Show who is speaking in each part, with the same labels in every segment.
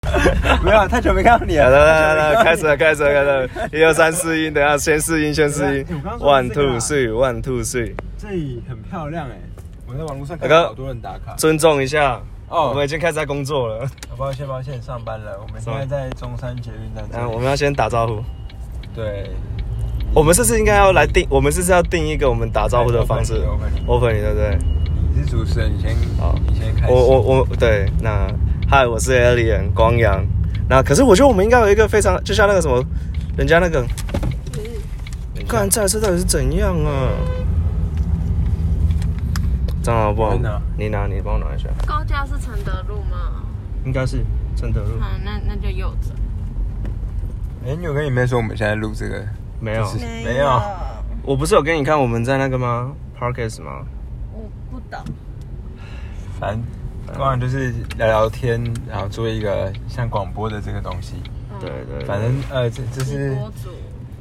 Speaker 1: 没有，太久没看到你啊了。
Speaker 2: 来来来来，开始了，开始了，开始了！一二三四音，等一下先试音，先试音。One two three, one two three。
Speaker 1: 这里很漂亮哎，我在网络上看
Speaker 2: 大哥
Speaker 1: 到好多人打卡。
Speaker 2: 尊重一下，
Speaker 1: 哦
Speaker 2: 我们已经开始在工作了。
Speaker 1: 抱歉抱歉，上班了。我们现在在中山捷运站这
Speaker 2: 然
Speaker 1: 里。
Speaker 2: 后我们要先打招呼。
Speaker 1: 对，
Speaker 2: 我们这次应该要来定，我们这次要定一个我们打招呼的方式
Speaker 1: Open 你
Speaker 2: ，open 你对不对？
Speaker 1: 你是主持人，你先
Speaker 2: 好
Speaker 1: 你先开始。
Speaker 2: 哦我我我对，那嗨，我是 Alien 光阳。那可是我觉得我们应该有一个非常，就像那个什么，人家那个，
Speaker 1: 嗯
Speaker 2: 看这次到底是怎样啊？这样好不好
Speaker 1: 你拿？
Speaker 2: 你拿，你帮我拿一下。
Speaker 3: 高架是承德路吗？
Speaker 2: 应该是承德路，
Speaker 3: 嗯，那那就右转。
Speaker 1: 哎，你有跟你妹说我们现在录这个？
Speaker 2: 没有
Speaker 1: 就。是没有。
Speaker 2: 我不是有给你看我们在那个吗？Parkes 吗？
Speaker 3: 我不懂。
Speaker 1: 反正通常就是聊聊天，然后做一个像广播的这个东西。
Speaker 2: 对对，对
Speaker 1: 嗯反正呃，这这
Speaker 3: 直
Speaker 1: 是
Speaker 3: 播主。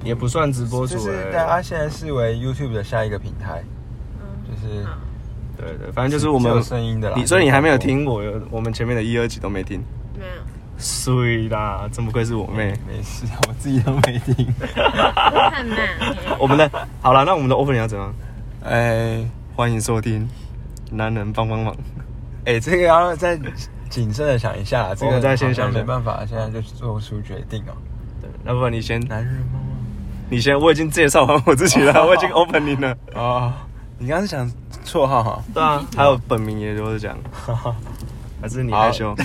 Speaker 2: 也不算直播
Speaker 1: 就
Speaker 2: 主
Speaker 1: 是
Speaker 2: 欸
Speaker 1: 大家现在视为 YouTube 的下一个平台，
Speaker 3: 嗯，
Speaker 1: 就是
Speaker 3: 好
Speaker 2: 对对，反正就是我们
Speaker 1: 是有声音的啦
Speaker 2: 你所以你还没有听我，我们前面的一二集都没听。
Speaker 3: 没有。
Speaker 2: 碎啦，真不愧是我妹。
Speaker 1: 没事，我自己都没听。
Speaker 3: 我很慢。
Speaker 2: 我们的好了，那我们的 open 要怎样？
Speaker 1: 哎
Speaker 2: 欢迎收听《男人帮帮忙》。
Speaker 1: 哎，这个要再谨慎的想一下，这
Speaker 2: 我
Speaker 1: 个
Speaker 2: 们再先
Speaker 1: 好像
Speaker 2: 想想
Speaker 1: 没办法，现在就做出决定哦。
Speaker 2: 对，要不然你先，
Speaker 1: 男人吗？
Speaker 2: 你先，我已经介绍完我自己 了，我已经 open 你了。
Speaker 1: 哦，你刚刚是想绰号 哈？
Speaker 2: 对啊，还有本名也都是讲，还是你害羞
Speaker 1: 好？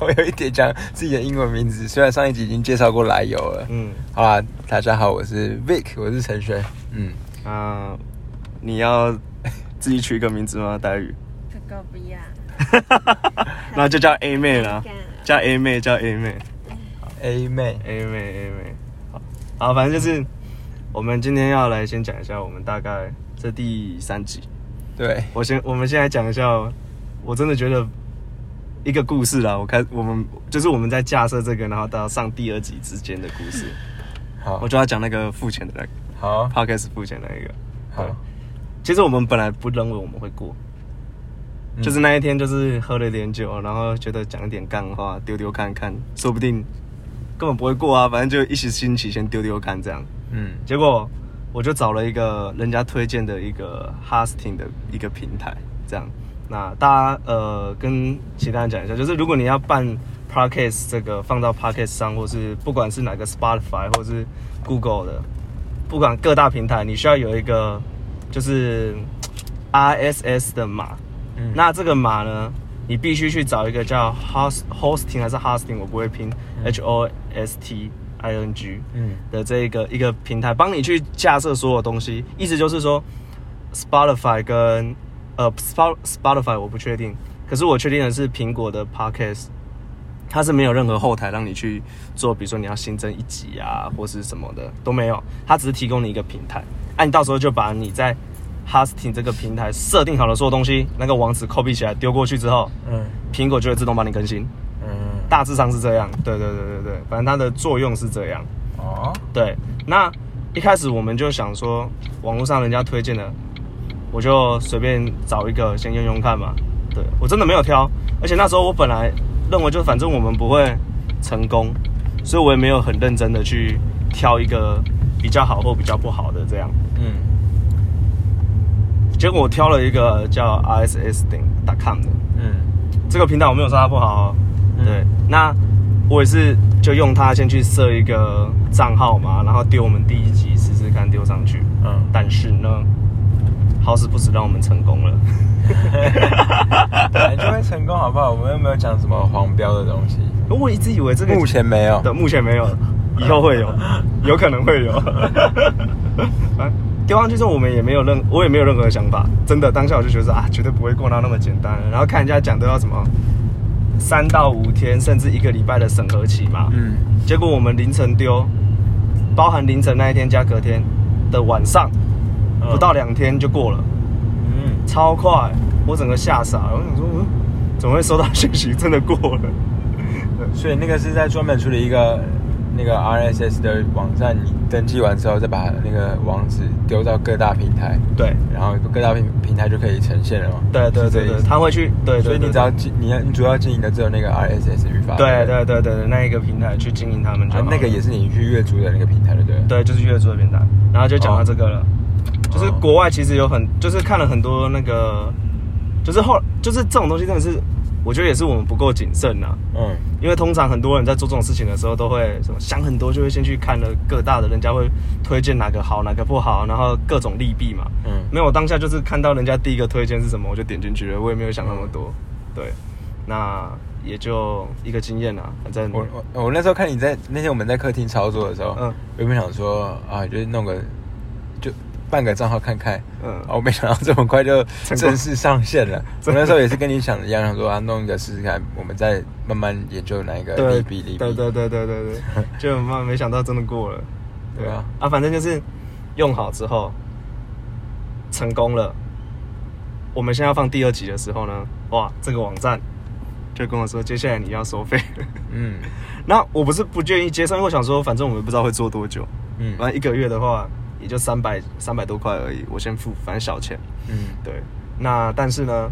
Speaker 1: 我有一点讲自己的英文名字，虽然上一集已经介绍过来由了。
Speaker 2: 嗯
Speaker 1: 好啦，大家好，我是 Vic，我是陈轩。嗯，
Speaker 2: 啊，你要自己取一个名字吗？黛玉？
Speaker 3: 哥哥不要。
Speaker 2: 那就叫 A 妹啦，叫 A 妹，叫 A 妹。
Speaker 1: A 妹，
Speaker 2: A 妹 A 妹，好，好，反正就是我们今天要来先讲一下我们大概这第三集。
Speaker 1: 对，
Speaker 2: 我先，我们先来讲一下，我真的觉得一个故事啦。我开，我们就是我们在架设这个，然后到上第二集之间的故事。
Speaker 1: 好
Speaker 2: 我，就要讲那个付钱的那个
Speaker 1: 好，
Speaker 2: podcast 付钱的那个。
Speaker 1: 好，
Speaker 2: 其实我们本来不认为我们会过，
Speaker 1: 嗯
Speaker 2: 就是那一天就是喝了点酒，然后觉得讲一点干话，丢丢看看，说不定根本不会过啊。反正就一时兴起，先丢丢看这样。
Speaker 1: 嗯，
Speaker 2: 结果我就找了一个人家推荐的一个 hosting 的一个平台，这样。那大家呃跟其他人讲一下，就是如果你要办 podcast 这个放到 podcast 上，或是不管是哪个 Spotify 或是 Google 的，不管各大平台，你需要有一个就是 RSS 的码。
Speaker 1: 嗯
Speaker 2: 那这个码呢，你必须去找一个叫 host hosting 还是 hosting，我不会拼、H O S T I N G。
Speaker 1: 嗯
Speaker 2: 的这个一个平台，帮你去架设所有东西。意思就是说，Spotify 跟呃 Spo- Spotify 我不确定，可是我确定的是苹果的 Podcast，它是没有任何后台让你去做，比如说你要新增一集啊或是什么的都没有，它只是提供你一个平台。啊，你到时候就把你在 Hosting 这个平台设定好的所有东西，那个网址 copy 起来丢过去之后，
Speaker 1: 嗯
Speaker 2: 苹果就会自动帮你更新。
Speaker 1: 嗯，
Speaker 2: 大致上是这样，对对对对对，反正它的作用是这样。
Speaker 1: 哦，
Speaker 2: 对，那一开始我们就想说，网络上人家推荐的，我就随便找一个先用用看嘛。对我真的没有挑，而且那时候我本来认为就反正我们不会成功，所以我也没有很认真的去挑一个比较好或比较不好的这样。
Speaker 1: 嗯
Speaker 2: 结果我挑了一个叫 RSS 顶 .com 的，
Speaker 1: 嗯
Speaker 2: 这个平台我没有说它不好、哦，
Speaker 1: 嗯
Speaker 2: 对，那我也是就用它先去设一个账号嘛，然后丢我们第一集试试看丢上去，
Speaker 1: 嗯，
Speaker 2: 但是呢，好死不死让我们成功了，
Speaker 1: 本来就会成功，好不好？我们又没有讲什么黄标的东西，
Speaker 2: 我一直以为这个
Speaker 1: 目前啊没有。
Speaker 2: 的目前没有，以后会有， 有可能会有。 啊反正丢上去之后，我们也没有任，我也没有任何想法，真的当下我就觉得啊，绝对不会过到那么简单。然后看人家讲都要什么三到五天，甚至一个礼拜的审核期嘛，
Speaker 1: 嗯，
Speaker 2: 结果我们凌晨丢，包含凌晨那一天加隔天的晚上，不到两天就过了，
Speaker 1: 嗯，
Speaker 2: 超快，我整个吓傻了。我想说，嗯，怎么会收到讯息真的过 了？
Speaker 1: 所以那个是在专门处理一个那个 RSS 的网站，你登记完之后，再把那个网址丢到各大平台，
Speaker 2: 对
Speaker 1: 然后各大平平台就可以呈现了嘛。
Speaker 2: 对对
Speaker 1: 是这
Speaker 2: 对
Speaker 1: 个意
Speaker 2: 对，
Speaker 1: 思
Speaker 2: 他会去对对对，
Speaker 1: 所以你
Speaker 2: 对
Speaker 1: 只要经，你要你主要经营的只有那个 RSS 语法。
Speaker 2: 对
Speaker 1: 不
Speaker 2: 对对对对那一个平台去经营他们就
Speaker 1: 啊
Speaker 2: 好了
Speaker 1: 那个也是你去月租的那个平台，对不对？
Speaker 2: 对，就是月租的平台，然后就讲到这个了，就是
Speaker 1: 哦
Speaker 2: 国外其实有很就是看了很多那个，就是后就是这种东西真的是，我觉得也是我们不够谨慎呐、啊
Speaker 1: 嗯，
Speaker 2: 因为通常很多人在做这种事情的时候，都会什么想很多，就会先去看了各大的人家会推荐哪个好，哪个不好，然后各种利弊嘛。
Speaker 1: 嗯
Speaker 2: 没有，我当下就是看到人家第一个推荐是什么，我就点进去了，我也没有想那么多。对，那也就一个经验啦，反正
Speaker 1: 我我我那时候看你在那天我们在客厅操作的时候，
Speaker 2: 嗯
Speaker 1: 嗯，原本想说啊，就是弄个就办个账号看看，嗯，
Speaker 2: 嗯
Speaker 1: 啊，我没想到这么快就
Speaker 2: 成功
Speaker 1: 正式上线了。我
Speaker 2: 真的
Speaker 1: 那时候也是跟你想的一样，想说啊，弄一个试试看，我们再慢慢研究哪一个
Speaker 2: 对
Speaker 1: 利弊利弊。
Speaker 2: 对对对对对对，就很慢，没想到真的过了。
Speaker 1: 对啊
Speaker 2: 啊，反正就是用好之后成功了。我们现在要放第二集的时候呢，哇，这个网站就跟我说，接下来你要收费。
Speaker 1: 嗯
Speaker 2: 那我不是不愿意接受，因为我想说，反正我们不知道会做多久，
Speaker 1: 嗯
Speaker 2: 反正一个月的话也就三百三百多块而已，我先付，反正小钱。
Speaker 1: 嗯，
Speaker 2: 对，那但是呢，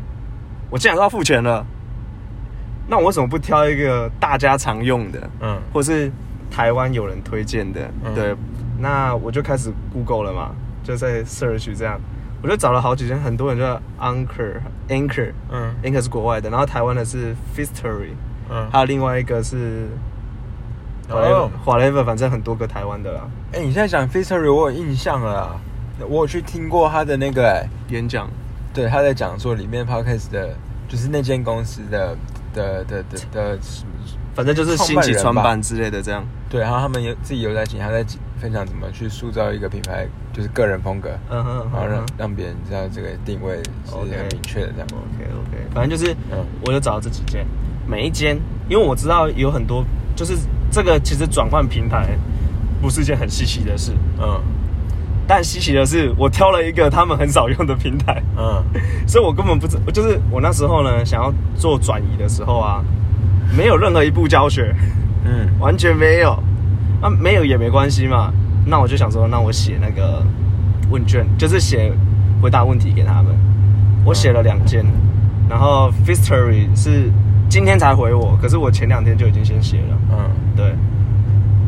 Speaker 2: 我既然都要付钱了，那我为什么不挑一个大家常用的，
Speaker 1: 嗯
Speaker 2: 或是台湾有人推荐的？
Speaker 1: 嗯
Speaker 2: 对，那我就开始 Google 了嘛，就在 search 这样，我就找了好几间，很多人叫 Anchor Anchor
Speaker 1: 嗯
Speaker 2: Anchor 是国外的，然后台湾的是 Fistory，
Speaker 1: 嗯
Speaker 2: 还有另外一个是。
Speaker 1: 哦
Speaker 2: whatever whatever，反正很多个台湾的啦。
Speaker 1: 哎、你现在讲 Fishery，我有印象了啊，我有去听过他的那个、哎
Speaker 2: 演讲，
Speaker 1: 对，他在讲说里面 podcast 的，就是那间公司的的的的的，
Speaker 2: 反正就是
Speaker 1: 创
Speaker 2: 新
Speaker 1: 办
Speaker 2: 奇
Speaker 1: 人
Speaker 2: 穿
Speaker 1: 吧
Speaker 2: 版之类的这样。
Speaker 1: 对，然后他们有自己有在请他在分享怎么去塑造一个品牌，就是个人风格，
Speaker 2: 嗯哼嗯哼
Speaker 1: 然后让
Speaker 2: 嗯哼
Speaker 1: 让别人知道这个定位是
Speaker 2: OK
Speaker 1: 很明确的这样。
Speaker 2: OK OK，反正就是
Speaker 1: 嗯，
Speaker 2: 我就找了这几间，每一间，因为我知道有很多，就是这个其实转换平台不是一件很稀奇的事，
Speaker 1: 嗯
Speaker 2: 但稀奇的是我挑了一个他们很少用的平台，
Speaker 1: 嗯
Speaker 2: 所以我根本不知，就是我那时候呢想要做转移的时候啊，没有任何一步教学，
Speaker 1: 嗯
Speaker 2: 完全没有，那、没有也没关系嘛，那我就想说，那我写那个问卷，就是写回答问题给他们，我写了两件，然后 Fistory 是今天才回我，可是我前两天就已经先写了，
Speaker 1: 嗯
Speaker 2: 对。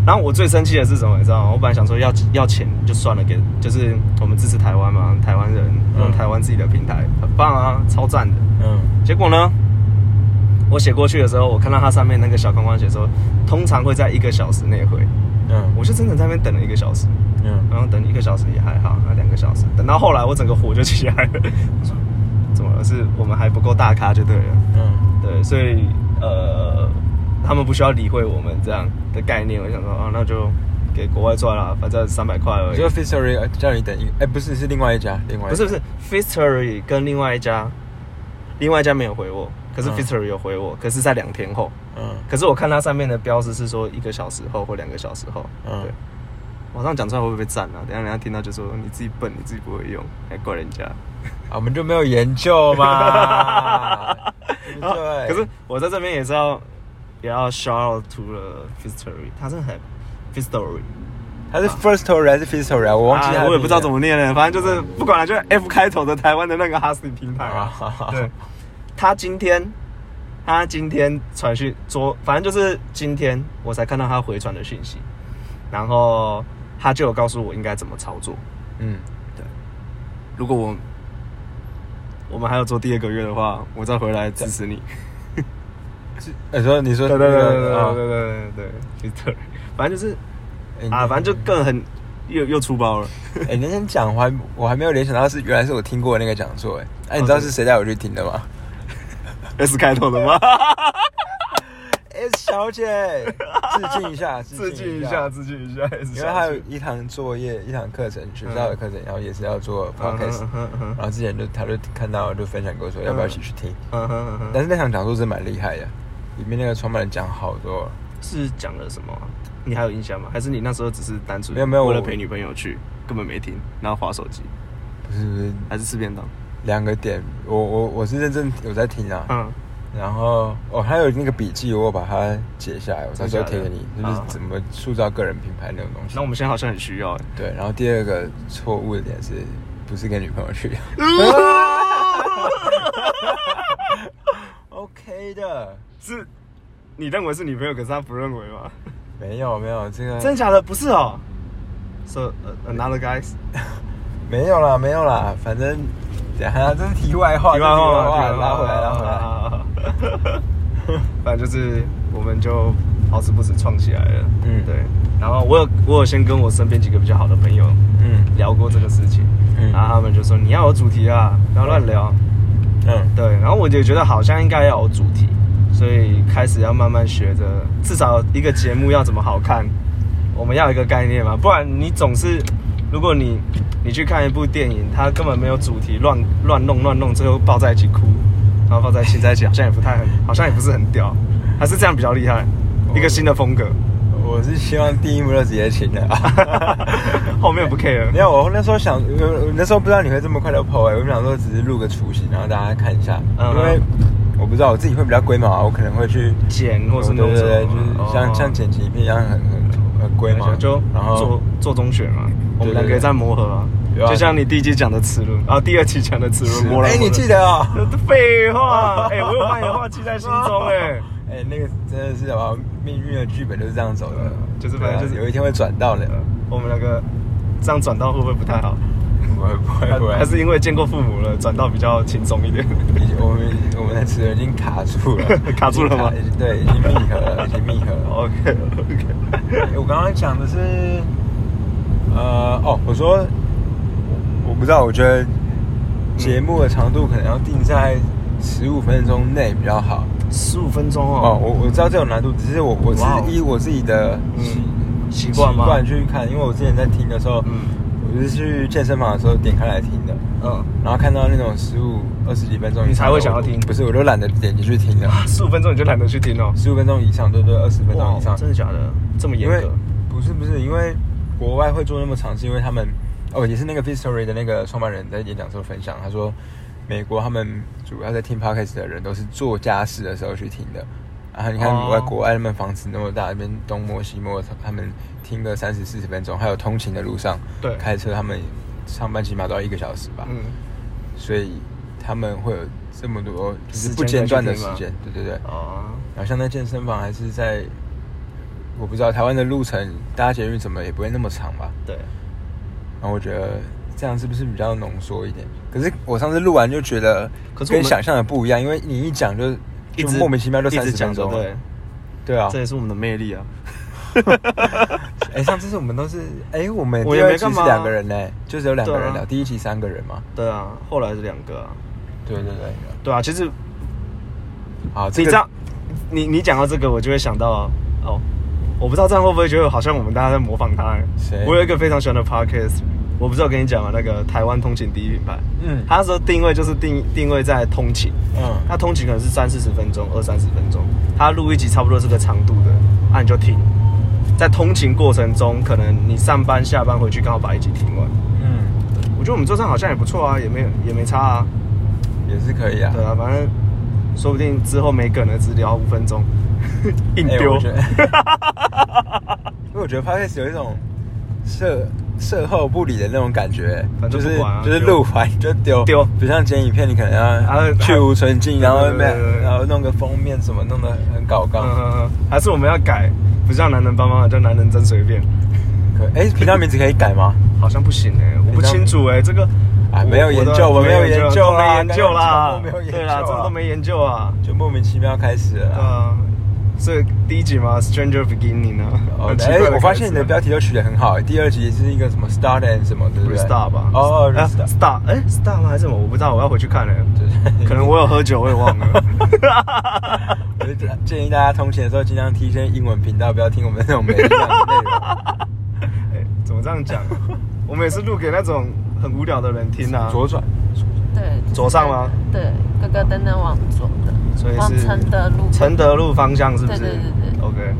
Speaker 2: 然后我最生气的是什么，你知道吗？我本来想说要要钱就算了给，就是我们支持台湾嘛，台湾人
Speaker 1: 嗯
Speaker 2: 用台湾自己的平台，很棒啊，超赞的。
Speaker 1: 嗯
Speaker 2: 结果呢，我写过去的时候，我看到它上面那个小框框写说，通常会在一个小时内回。
Speaker 1: 嗯，
Speaker 2: 我就真的在那边等了一个小时，
Speaker 1: 嗯
Speaker 2: 然后等一个小时也还好，那两个小时，等到后来我整个火就起来了。我说怎么了？是我们还不够大咖就对了。
Speaker 1: 嗯
Speaker 2: 对，所以呃，他们不需要理会我们这样的概念。我就想说啊，那就给国外赚啦，反正三百块而
Speaker 1: 嗯，
Speaker 2: 已
Speaker 1: 这。个 Fishery 叫你等一个，哎，不是，是另外一家，另外一家
Speaker 2: 不是不是，Fistory 跟另外一家，另外一家没有回我，可是
Speaker 1: 嗯
Speaker 2: Fistory 有回我，可是在两天后。
Speaker 1: 嗯
Speaker 2: 可是我看它上面的标志是说一个小时后或两个小时后，
Speaker 1: 嗯
Speaker 2: 对。网上讲出来会不会被赞啊？等一下人家听到就说你自己笨，你自己不会用，还怪人家。
Speaker 1: 啊我们就没有研究 嘛，对不对？
Speaker 2: 啊可是我在这边也是要也要 shout out to 了 Fistory，它是很 Fistory，
Speaker 1: 他是 First Story 还是 Fifth Story 啊？我忘记他的名字了、
Speaker 2: 啊我也不知道怎么念了，反正就是不管了，就是 F 开头的台湾的那个哈斯平台啊
Speaker 1: 啊。
Speaker 2: 对，他今天他今天传讯昨，反正就是今天我才看到他回传的讯息，然后他就有告诉我应该怎么操作。
Speaker 1: 嗯，
Speaker 2: 对，如果我我们还要做第二个月的话，我再回来支持你。
Speaker 1: 你说呃你说
Speaker 2: 对对对对对
Speaker 1: 啊
Speaker 2: 对对对对对，反正就是
Speaker 1: 哎
Speaker 2: 啊，反正就更很又又出包了。
Speaker 1: 哎、你那天讲我还我还没有联想到是原来是我听过的那个讲座哎，哎、你知
Speaker 2: 哦
Speaker 1: 道
Speaker 2: 对
Speaker 1: 是谁带我去听的 吗
Speaker 2: S 开头的吗？
Speaker 1: ？S 小姐， 致敬一下，
Speaker 2: 哎致敬
Speaker 1: 敬
Speaker 2: 一下，
Speaker 1: 下。
Speaker 2: 致敬一下 S
Speaker 1: 因为还有一堂作业，一堂课程，学
Speaker 2: 嗯
Speaker 1: 校的课程，然后也是要做 podcast，、然后之前就他就看到就分享给我
Speaker 2: 嗯
Speaker 1: 说要不要一起去听，但
Speaker 2: 但
Speaker 1: 是那堂讲座真的蛮厉害的，里面那个创办人讲好多，
Speaker 2: 是讲了什么啊？你还有印象吗？还是你那时候只是单纯
Speaker 1: 没有没有
Speaker 2: 为了
Speaker 1: 我
Speaker 2: 陪女朋友去，根本没听，然后划手机，
Speaker 1: 不是不是
Speaker 2: 还是吃便当？
Speaker 1: 两个点，我我我是认真有在听啊，
Speaker 2: 嗯，
Speaker 1: 然后哦，还有那个笔记，我有把它解下来，我到时候
Speaker 2: 真的假
Speaker 1: 贴
Speaker 2: 的
Speaker 1: 给你，就是
Speaker 2: 好
Speaker 1: 怎么塑造个人品牌那种东西。
Speaker 2: 那我们现在好像很需要哎。
Speaker 1: 对，然后第二个错误的点是不是跟女朋友去 啊？OK 的，
Speaker 2: 是，你认为是女朋友，可是他不认为吗？
Speaker 1: 没有没有这个
Speaker 2: 真假的？不是哦。So uh, another guys，
Speaker 1: 没有啦没有啦，反正等一下这是题外话，
Speaker 2: 题外话啊
Speaker 1: 这是
Speaker 2: 嘛，
Speaker 1: 拉回来拉回来。
Speaker 2: 来。 反正就是我们就好死不死创起来了，
Speaker 1: 嗯
Speaker 2: 对。然后我有我有先跟我身边几个比较好的朋友
Speaker 1: 嗯
Speaker 2: 聊过这个事情，
Speaker 1: 嗯
Speaker 2: 然后他们就说你要有主题啊，不要乱聊。
Speaker 1: 嗯
Speaker 2: 对，然后我就觉得好像应该要有主题，所以开始要慢慢学着，至少一个节目要怎么好看，我们要有一个概念嘛，不然你总是，如果你你去看一部电影，它根本没有主题，乱乱弄乱弄，最后抱在一起哭，然后抱在亲在一起，好像也不太很，好像也不是很屌，还是这样比较厉害，一个新的风格，
Speaker 1: 我是希望第一幕就直接请的。
Speaker 2: 后面不 care
Speaker 1: 没。有，我那时候想，我我那时候不知道你会这么快就破哎、我想说只是录个雏形，然后大家看一下，
Speaker 2: 嗯
Speaker 1: 因为我不知道我自己会比较龟毛啊，我可能会去
Speaker 2: 剪或是
Speaker 1: 对
Speaker 2: 弄
Speaker 1: 对
Speaker 2: 什么
Speaker 1: 对，就是像、
Speaker 2: 哦
Speaker 1: 像剪辑片一样很很很龟毛，
Speaker 2: 就
Speaker 1: 然后
Speaker 2: 做做中学嘛，我
Speaker 1: 对对
Speaker 2: 们两个也在磨合啊
Speaker 1: 有，啊
Speaker 2: 就像你第一集讲的齿轮，啊，第二期讲的齿轮磨了。
Speaker 1: 哎、
Speaker 2: 磨了
Speaker 1: 你记？得啊、
Speaker 2: 废话，哎，我有把你的话记在心中，哎，
Speaker 1: 哎、那个真的是啊，命运的剧本就是这样走的，
Speaker 2: 就是反正就是
Speaker 1: 对啊有一天会转到的，
Speaker 2: 我们两个这样转到会不会不太好？
Speaker 1: 不会不会不会，
Speaker 2: 嗯还是因为见过父母了，转到比较轻松一点。，
Speaker 1: 已经我们我们的齿轮已经卡住了
Speaker 2: 卡住了吗
Speaker 1: 已经卡对，已经密合了，已经密合了。
Speaker 2: OK OK，
Speaker 1: 我刚刚讲的是，呃，哦，我说，我不知道，我觉得节目的长度可能要定在十五分钟内比较好。
Speaker 2: 十五分钟
Speaker 1: 哦，
Speaker 2: 哦，
Speaker 1: 我我知道这种难度，只是我我是
Speaker 2: 哇哦
Speaker 1: 依我自己的习
Speaker 2: 嗯习惯吗
Speaker 1: 习惯去看，因为我之前在听的时候，
Speaker 2: 嗯
Speaker 1: 我是去健身房的时候点开来听的，
Speaker 2: 嗯，
Speaker 1: 然后看到那种十五二十几分钟以上的，
Speaker 2: 你才会想要
Speaker 1: 我
Speaker 2: 听
Speaker 1: 不是，我都懒得点进去听了，
Speaker 2: 十五分钟你就懒得去听哦。
Speaker 1: 十五分钟以上，对对，二十分钟以上，
Speaker 2: 真的假的？这么严
Speaker 1: 因为
Speaker 2: 格？
Speaker 1: 不是不是，因为国外会做那么长，是因为他们哦，也是那个 Vistory 的那个创办人在演讲的时候分享，他说美国他们主要在听 podcast 的人都是做家事的时候去听的。然后你看，
Speaker 2: 哦
Speaker 1: 我在国外那边房子那么大，那边东摸西摸，他们听个三十四十分钟，还有通勤的路上，
Speaker 2: 对
Speaker 1: 开车他们上班起码都要一个小时吧，
Speaker 2: 嗯，
Speaker 1: 所以他们会有这么多就是
Speaker 2: 时间
Speaker 1: 不间断的
Speaker 2: 可以
Speaker 1: 时
Speaker 2: 去听吗
Speaker 1: 间，对对对，
Speaker 2: 哦，
Speaker 1: 然后啊像在健身房还是在，我不知道台湾的路程，搭捷运怎么也不会那么长吧？
Speaker 2: 对，
Speaker 1: 然后我觉得这样是不是比较浓缩一点？可是我上次录完就觉得，
Speaker 2: 可是我
Speaker 1: 跟
Speaker 2: 们
Speaker 1: 想象的不一样，因为你一讲就
Speaker 2: 一
Speaker 1: 就
Speaker 2: 直
Speaker 1: 莫名其妙就
Speaker 2: 一
Speaker 1: 三
Speaker 2: 直
Speaker 1: 十分
Speaker 2: 讲着
Speaker 1: 钟了
Speaker 2: 对。
Speaker 1: 对啊
Speaker 2: 这，也是我们的魅力啊！
Speaker 1: 哎、上次是我们都是，哎、我们
Speaker 2: 我
Speaker 1: 第
Speaker 2: 也没
Speaker 1: 二期
Speaker 2: 干嘛
Speaker 1: 是两个人呢、就只有两个人
Speaker 2: 对
Speaker 1: 聊，
Speaker 2: 啊
Speaker 1: 第一期三个人嘛。
Speaker 2: 对啊，后来是两个啊，
Speaker 1: 对对对，
Speaker 2: 对啊，其实
Speaker 1: 好，
Speaker 2: 你
Speaker 1: 这
Speaker 2: 知
Speaker 1: 个
Speaker 2: 道，你你讲到这个，我就会想到哦，我不知道这样会不会觉得好像我们大家在模仿他、欸
Speaker 1: 谁
Speaker 2: 我有一个非常喜欢的 podcast，我不知道跟你讲啊吗？那个台湾通勤第一品牌，
Speaker 1: 嗯
Speaker 2: 他那时候定位就是定定位在通勤，
Speaker 1: 嗯
Speaker 2: 他通勤可能是三四十分钟、二三十分钟，他录一集差不多是个长度的，啊你就停，在通勤过程中，可能你上班下班回去刚好把一集听完，
Speaker 1: 嗯，
Speaker 2: 我觉得我们做这样好像也不错啊，也没有也没差啊，
Speaker 1: 也是可以啊。
Speaker 2: 对啊，反正说不定之后没梗了，只聊五分钟， 硬
Speaker 1: 哎
Speaker 2: 丢
Speaker 1: 我。觉得 因为我觉得 podcast 有一种射射后不理的那种感觉，
Speaker 2: 反正
Speaker 1: 就
Speaker 2: 不
Speaker 1: 是
Speaker 2: 管啊
Speaker 1: 就是
Speaker 2: 丢
Speaker 1: 录完 就丢
Speaker 2: 丢
Speaker 1: 不像剪影片，你可能
Speaker 2: 啊
Speaker 1: 要去无存菁，
Speaker 2: 啊
Speaker 1: 然后
Speaker 2: 对对
Speaker 1: 面
Speaker 2: 对对对
Speaker 1: 然后弄个封面什么，弄得很搞
Speaker 2: 嗯嗯
Speaker 1: 纲。
Speaker 2: 嗯， 还是我们要改，不叫男人帮忙，叫男人真随便，嗯
Speaker 1: 可哎，频道名字可以改吗？
Speaker 2: 好像不行哎、我不清楚哎、这个
Speaker 1: 啊
Speaker 2: 我
Speaker 1: 没有
Speaker 2: 我
Speaker 1: 研
Speaker 2: 都
Speaker 1: 究我没有研究
Speaker 2: 都没
Speaker 1: 啦
Speaker 2: 研究啦
Speaker 1: 刚刚全部没有，研
Speaker 2: 对啦，
Speaker 1: 究啊
Speaker 2: 这个都没研究啊，
Speaker 1: 就莫名其妙开始了啦。
Speaker 2: 对啊，所以第一集嘛，Stranger Beginning 啊，
Speaker 1: 哦
Speaker 2: 很奇怪
Speaker 1: 哎，
Speaker 2: 的
Speaker 1: 我发
Speaker 2: 开始
Speaker 1: 现你的
Speaker 2: 啊
Speaker 1: 标题都取得很好。哎第二集是一个什么 start and 什么，对不对
Speaker 2: Restart 吧？
Speaker 1: 哦
Speaker 2: 哎
Speaker 1: ，restart，
Speaker 2: Star，哎，Star 吗？还是什么？我不知道，我要回去看欸嘞、
Speaker 1: 对
Speaker 2: 可能我有喝酒，我也忘了。
Speaker 1: 我就建议大家通勤的时候尽量听一些英文频道，不要听我们那种没营养的内容。
Speaker 2: 哎，怎么这样讲？我们也是录给那种很无聊的人听啊。
Speaker 1: 左转，
Speaker 3: 对，就是
Speaker 2: 左上吗？
Speaker 3: 对，哥哥等等往左
Speaker 2: 所
Speaker 3: 的，
Speaker 2: 以
Speaker 3: 往
Speaker 2: 是
Speaker 3: 承德路。
Speaker 2: 承德路方向是不是？
Speaker 3: 对对对对
Speaker 2: OK，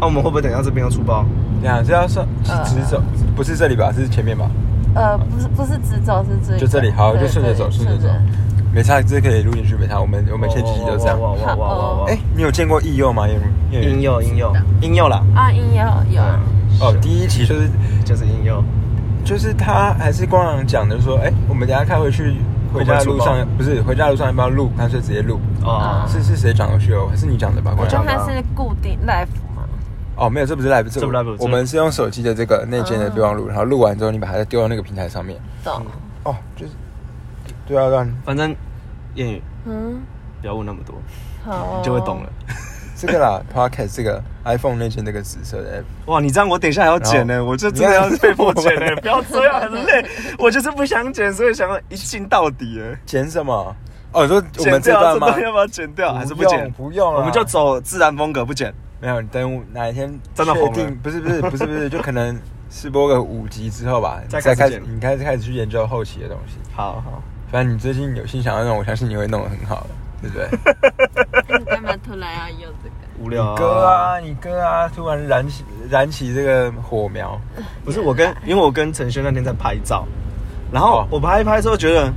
Speaker 2: 那、我们会不会等一下这边要出包？
Speaker 1: 两这要算
Speaker 3: 呃
Speaker 1: 直走，不是这里吧？是前面吧？
Speaker 3: 呃，不是不是直走，是这
Speaker 1: 就这里好就顺着走顺着走。哦没差，这可以录进去，没差。我们我们前几集都这样。
Speaker 2: 哇哇哇哇
Speaker 3: 哦
Speaker 2: 哇哇！哎
Speaker 1: 哎，你有见过应用吗？应用
Speaker 2: 应用应用应用啦，
Speaker 3: 啊，音也有有啊，
Speaker 2: 嗯
Speaker 1: 哦，第一期就是
Speaker 2: 就是应用。
Speaker 1: 就是他还是光良讲的说，哎，我们等一下开回去回家的路
Speaker 2: 会
Speaker 1: 上
Speaker 2: 不会
Speaker 1: 不是回家的路上要不要录？干脆直接录。
Speaker 2: 哦
Speaker 3: 啊，
Speaker 1: 是是谁讲的去哦？还是你讲的吧？
Speaker 2: 我
Speaker 1: 光
Speaker 2: 讲
Speaker 1: 良
Speaker 2: 的啊
Speaker 3: 它是固定 live 嘛，
Speaker 1: 哦，没有，这不是 live，这
Speaker 2: 这不是 live，
Speaker 1: 我们是用手机的这个内建的备忘录，然后录完之后你把它丢到那个平台上面。
Speaker 3: 懂？
Speaker 1: 哦，就是对啊，对啊，
Speaker 2: 反正谚语
Speaker 3: 嗯，
Speaker 2: 不要问那么多，
Speaker 3: 好哦，
Speaker 2: 你就会懂了。
Speaker 1: 这个 啦，Podcast 这个 iPhone 内建这个紫色的 app，
Speaker 2: 哇，你这样我等一下还要剪呢、
Speaker 1: 然后
Speaker 2: 我这真的要被迫剪 呢、
Speaker 1: 哦你看
Speaker 2: 不要这样，很累。 我就是不想剪，所以想要一镜到底、欸。
Speaker 1: 剪什么？哦，你说我
Speaker 2: 剪
Speaker 1: 们这
Speaker 2: 掉
Speaker 1: 段
Speaker 2: 这
Speaker 1: 吗？
Speaker 2: 段要不要剪掉？还是不剪？
Speaker 1: 不用啦
Speaker 2: 我们就走自然风格，不剪。
Speaker 1: 没有，等哪一天
Speaker 2: 真的
Speaker 1: 确
Speaker 2: 红了
Speaker 1: 定不是不是不是不是，就可能试播个五集之后吧，
Speaker 2: 再
Speaker 1: 再
Speaker 2: 开
Speaker 1: 开
Speaker 2: 始
Speaker 1: 始
Speaker 2: 剪
Speaker 1: 你开始开始去研究后期的东西。
Speaker 2: 好好，
Speaker 1: 反正你最近有心想要弄，我相信你会弄得很好的，对不对？
Speaker 3: 你 干嘛突然要用这个？
Speaker 2: 无
Speaker 1: 你
Speaker 2: 聊、
Speaker 1: 哥啊，，你哥啊，突然燃起燃起这个火苗，
Speaker 2: 不是我跟，因为我跟陈轩那天在拍照，然后
Speaker 1: 哎哦
Speaker 2: 我拍一拍之后觉得，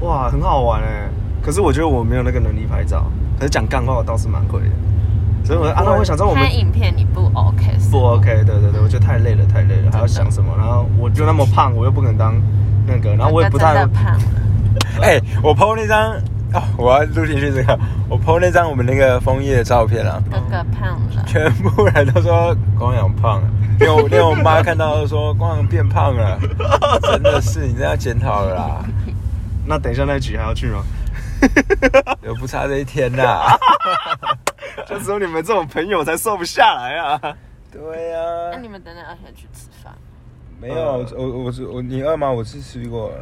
Speaker 2: 哇，很好玩哎、可是我觉得我没有那个能力拍照，可是讲干话我倒是蛮会的。所以我啊，那我想知道我们
Speaker 3: 拍影片你不 OK 是吗
Speaker 2: 不 OK，对对对，我觉得太累了，太累了，还要想什么？然后我就那么胖，我又不可能当那个，然后我也不太
Speaker 3: 真的胖了，
Speaker 1: 哎、我 PO 那张哦，我要录进去这个，我 PO 那张我们那个枫叶的照片啊，
Speaker 3: 哥哥胖了，
Speaker 2: 嗯
Speaker 1: 全部人都说光阳胖 了，连我连我妈看到都说光阳变胖了，真的是你这要检讨了啦，
Speaker 2: 那等一下那局还要去吗？
Speaker 1: 又不差这一天 啦。
Speaker 2: 就只有你们这种朋友才瘦不下来啊！
Speaker 1: 对
Speaker 3: 那
Speaker 1: 呀、
Speaker 3: 你们等呃等要先去吃饭，
Speaker 1: 没有我我我是我你饿吗？我是吃过了，